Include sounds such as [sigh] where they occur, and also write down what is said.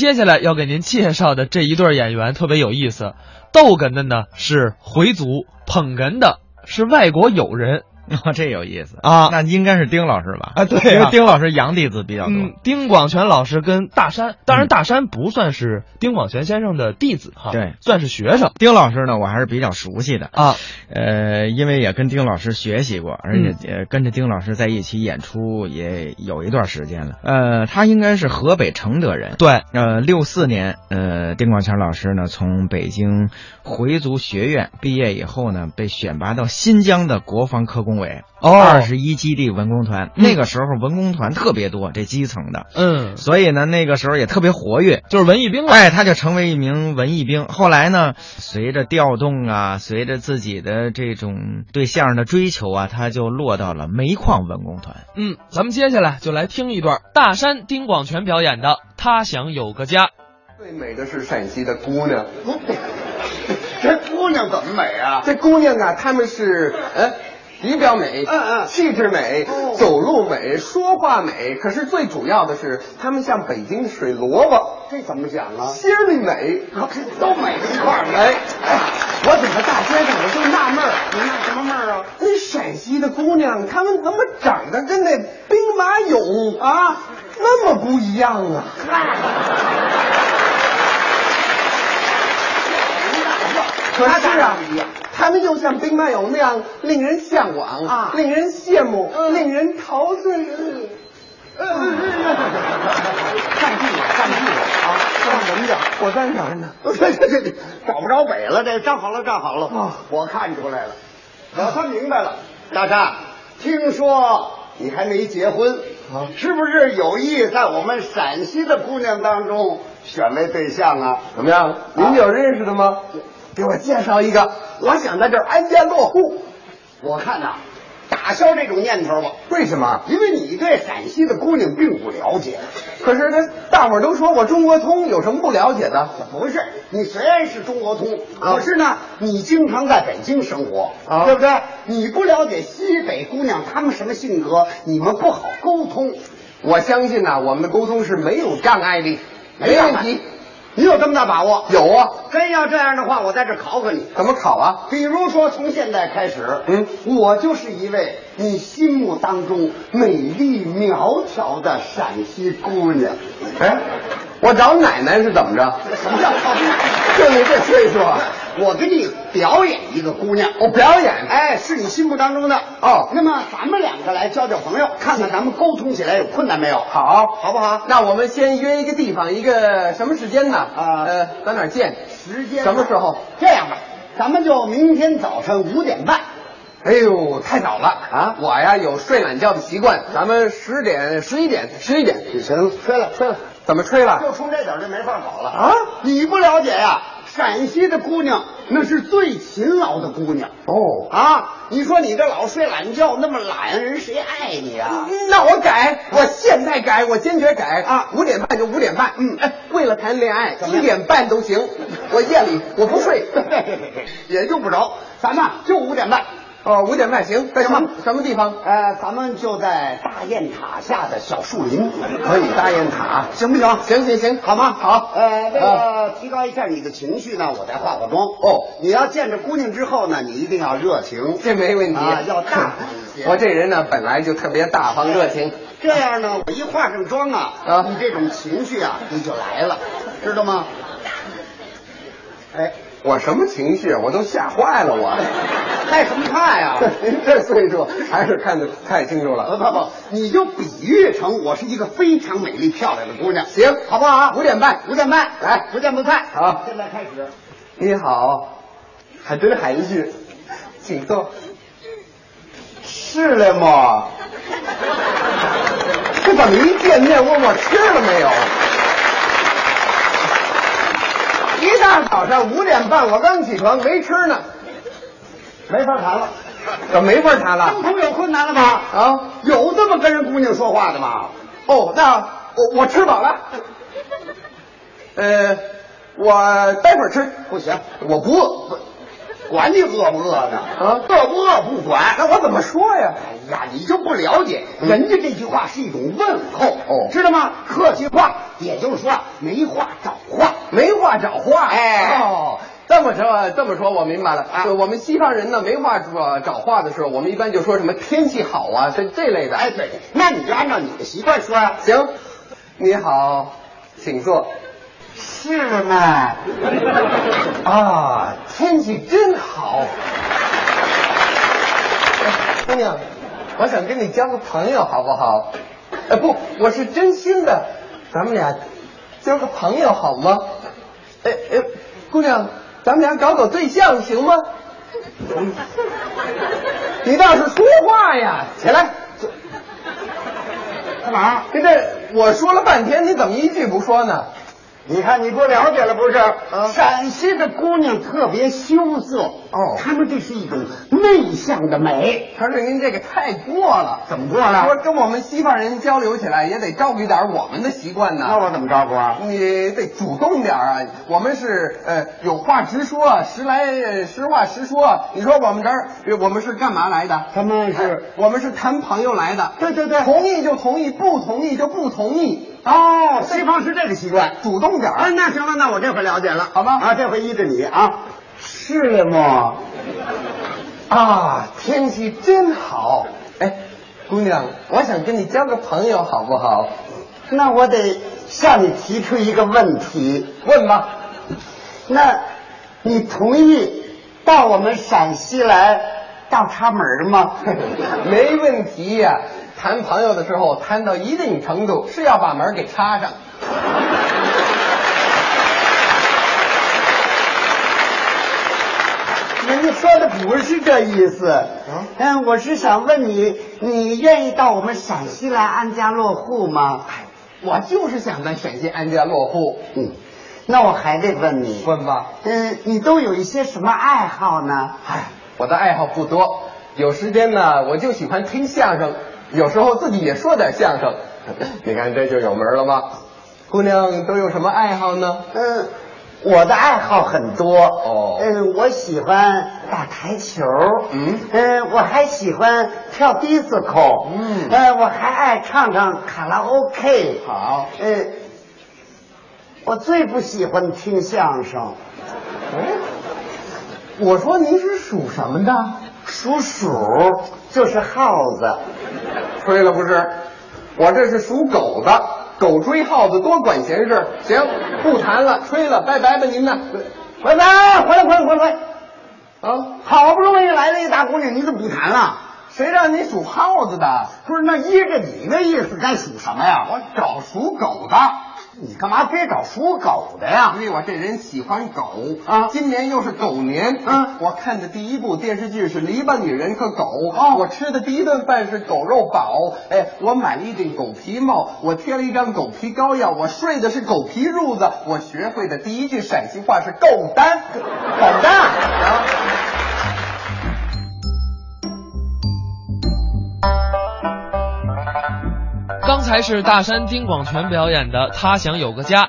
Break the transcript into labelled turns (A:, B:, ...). A: 接下来要给您介绍的这一对儿演员特别有意思，逗哏的呢是回族，捧哏的是外国友人
B: [laughs] 哦，这有意思
A: 啊
B: 那应该是丁老师吧？
A: 啊，对
B: 因为丁老师洋弟子比较多。
A: 嗯，丁广泉老师跟大山，当然大山不算是丁广泉先生的弟子嗯哈，
B: 对
A: 算是学生
B: 丁老师呢，我还是比较熟悉的，
A: 啊，
B: 呃，因为也跟丁老师学习过，而
A: 嗯
B: 且呃跟着丁老师在一起演出也有一段时间了。呃，他应该是河北承德人。
A: 对，
B: 呃，六四年，呃，丁广泉老师呢从北京回族学院毕业以后呢，被选拔到新疆的国防科工委二
A: 哦，
B: 十一基地文工团。
A: 嗯
B: 那个时候文工团特别多，这基层的，
A: 嗯，
B: 所以呢那个时候也特别活跃。
A: 就是文艺兵了，
B: 哎，他就成为一名文艺兵。后来呢，随着调动啊，随着自己的这种对相声的追求啊，他就落到了煤矿文工团。
A: 嗯，咱们接下来就来听一段大山丁广泉表演的《他想有个家》，
C: 最美的是陕西的姑娘，
D: 不是，哦这姑娘怎么美啊？
C: 这姑娘啊，她们是呃，仪表美，
D: 嗯嗯
C: 气质美，
D: 哦
C: 走路美，说话美。可是最主要的是，她们像北京的水萝卜，
D: 这怎么讲啊？
C: 心里美。
D: 都美一块儿
C: 哎
D: 来。
C: 哎，我走到大街上，我就纳闷儿，
D: 你纳什么闷儿啊？
C: 那哎陕西的姑娘，她们怎么长得跟那兵马俑啊那么不一样啊？可
D: 那当
C: 是啊
D: 然不一样，
C: 他们又像兵马俑那样令人向往
D: 啊
C: 令人羡慕，
D: 嗯
C: 令人陶醉。嗯
D: 站住我，站住我啊！
C: 干什么呀？我干啥呢？
D: 这这这这找不着北了，这站好了，站好了。
C: 啊
D: 我看出来了，我看明白了。大山，听说你还没结婚，
C: 啊
D: 是不是有意在我们陕西的姑娘当中选为对象啊？
C: 怎么样？您有认识的吗？
D: 给我介绍一个，我想在这儿安家落户。我看呐、打消这种念头吧。
C: 为什么？
D: 因为你对陕西的姑娘并不了解，
C: 可是他大伙儿都说我中国通，有什么不了解的？
D: 不是你虽然是中国通，
C: 啊
D: 可是呢，你经常在北京生活，
C: 啊
D: 对不对？你不了解西北姑娘她们什么性格，你们不好沟通。
C: 我相信呐、我们的沟通是没有障碍的，没问题。
D: 你有这么大把握？
C: 有啊，
D: 真要这样的话，我在这考考你。
C: 怎么考啊？
D: 比如说，从现在开始，
C: 嗯，
D: 我就是一位你心目当中美丽苗条的陕西姑
C: [laughs]
D: 娘。
C: 哎，我找奶奶是怎么着？
D: 什么叫靠近？
C: 就你这岁数啊，
D: 我给你表演一个姑娘，
C: 我表演
D: 哎，是你心目当中的
C: 哦
D: 那么咱们两个来交交朋友，看看咱们沟通起来有困难没有？
C: 好，
D: 好不好？
C: 那我们先约一个地方，一个什么时间呢？
D: 啊
C: 呃，到哪儿见？
D: 时间
C: 什么时候？
D: 这样吧，咱们就明天早晨五点半。
C: 哎呦，太早了
D: 啊
C: 我呀有睡懒觉的习惯，咱们十点、十一点、十一点，
D: 行，吹了吹了，
C: 怎么吹
D: 就
C: 了？
D: 冲这点儿就没法搞了
C: 啊
D: 你不了解呀、陕西的姑娘那是最勤劳的姑娘
C: 哦，
D: 啊！你说你这老睡懒觉，那么懒，人谁爱你啊？
C: 嗯那我改，我现在改，我坚决改
D: 啊
C: 五点半就五点半，
D: 嗯
C: 哎，为了谈恋爱，
D: 怎么
C: 一
D: 样
C: 点半都
D: [laughs]
C: 行。我夜里我不睡，
D: 也用不着，咱们就五点半，
C: 哦，五点半行，在什
D: 行
C: 么
D: 吧
C: 什么地方？
D: 呃，咱们就在大雁塔下的小树林，
C: 可以大雁塔
D: 行不行？
C: 啊行行行，好吗？好，
D: 呃，为
C: 啊
D: 了提高一下你的情绪呢，我再化化妆。
C: 哦
D: 你要见着姑娘之后呢，你一定要热情，
C: 这没问题
D: 啊，要大方一些。
C: [laughs]
D: 哎
C: 我这人呢，本来就特别大方热情。
D: 这样呢，我一化上妆啊，
C: 啊
D: 你这种情绪啊，你就来了，知道吗？哎，
C: 我什么情绪？啊我都吓坏了我。
D: 害什么怕呀？
C: [laughs] 您这岁数还是看得太清楚
D: 不
C: 了。呃
D: 不不，你就比喻成我是一个非常美丽漂亮的姑娘，
C: 行
D: 好不好？
C: 五点半
D: 五点半
C: 来
D: 不见不散。
C: 好
D: 现在开始。
C: 你好，还真含蓄，请坐。
D: 吃了吗？
C: 这怎么一见面问我吃了没有？一大早上五点半，我刚起床，没吃呢，
D: 没法谈了。
C: 怎么没法谈
D: 沟
C: 了？
D: 通有困难了吗？
C: 啊，
D: 有这么跟人姑娘说话的吗？
C: 哦，那我我吃饱了。呃，我待会儿吃，
D: 不行，
C: 我不饿。
D: 管你饿不饿呢？
C: 啊
D: 饿不饿不管。
C: 那我怎么说呀？
D: 哎呀，你就不了解，
C: 嗯
D: 人家这句话是一种问候，
C: 哦
D: 知道吗？客气话，也就是说没话找话。
C: 没话找话，
D: 哎
C: 哦，这么说这么说，我明白了。
D: 啊
C: 就我们西方人呢，没话找找话的时候，我们一般就说什么天气好啊，这这类的。
D: 哎，对对，那你就按照你的习惯说呀、
C: 行，你好，请坐。
D: 是吗？
C: 啊，天气真好。哎姑娘，我想跟你交个朋友，好不好？哎，不，我是真心的，咱们俩交个朋友好吗？哎哎，姑娘，咱们俩搞搞对象行吗？你倒是说话呀！起来，
D: 干嘛？
C: 跟这我说了半天，你怎么一句不说呢？
D: 你看你不了解了不是？
C: 啊
D: 陕西的姑娘特别羞涩，
C: 哦
D: 她们这是一种内向的美。
C: 可是您这个太过了。
D: 怎么过了？
C: 说跟我们西方人交流起来，也得照顾一点我们的习惯
D: 那
C: 呢。
D: 我怎么照顾啊？
C: 你得主动点啊！我们是呃有话直说，实来呃实话实说。你说我们这儿，呃我们是干嘛来的？哎
D: 他们是
C: 我们是谈朋友来的。
D: 对对对
C: 同意就同意，不同意就不同意。
D: 哦，西方是这个习惯。
C: 主动点儿
D: 哎，那行了，那我这回了解了，
C: 好吧
D: 啊，这回依着你啊。是吗？
C: 啊！天气真好。哎，姑娘，我想跟你交个朋友，好不好？
D: 那我得向你提出一个问题。
C: 问吧。
D: 那，你同意到我们陕西来倒插门儿 [laughs] 吗？
C: 没问题呀、谈朋友的时候，谈到一定程度是要把门给插上。
D: 人家说的不是这意思。嗯，我是想问你，你愿意到我们陕西来安家落户吗？
C: 我就是想在陕西安家落户。
D: 嗯，那我还得问你，
C: 问吧，
D: 嗯，你都有一些什么爱好呢？
C: 哎，我的爱好不多，有时间呢，我就喜欢听相声，有时候自己也说点相声。 [laughs] 你看这就有门了吧？姑娘都有什么爱好呢？
D: 嗯，我的爱好很多。
C: 哦
D: 嗯，我喜欢打台球。
C: 嗯
D: 嗯，我还喜欢跳迪斯科。
C: 嗯
D: 呃，我还爱唱唱卡拉 OK。
C: 好
D: 嗯，我最不喜欢听相声。
C: 哎我说您是属什么的？
D: 属鼠就是耗子。
C: 吹了不是，我这是属狗的，狗追耗子多管闲事。行，不谈了，吹了，拜拜吧您呐。
D: 回来，回来，回来，回来！
C: 啊，
D: 好不容易来了一大姑娘，你怎么不谈了？
C: 谁让你属耗子的？
D: 不是，那依着你那意思，该属什么呀？
C: 我找属狗的。
D: 你干嘛非找属狗的呀
C: 因？为我这人喜欢狗
D: 啊
C: 今年又是狗年
D: 啊
C: 我看的第一部电视剧是《篱笆女人和狗》哦，我吃的第一顿饭是狗肉堡，哎，我买了一顶狗皮帽，我贴了一张狗皮膏药，我睡的是狗皮褥子，我学会的第一句陕西话是“狗蛋”，
D: 狗蛋
C: 啊。
A: 刚才是大山丁广泉表演的《他想有个家》。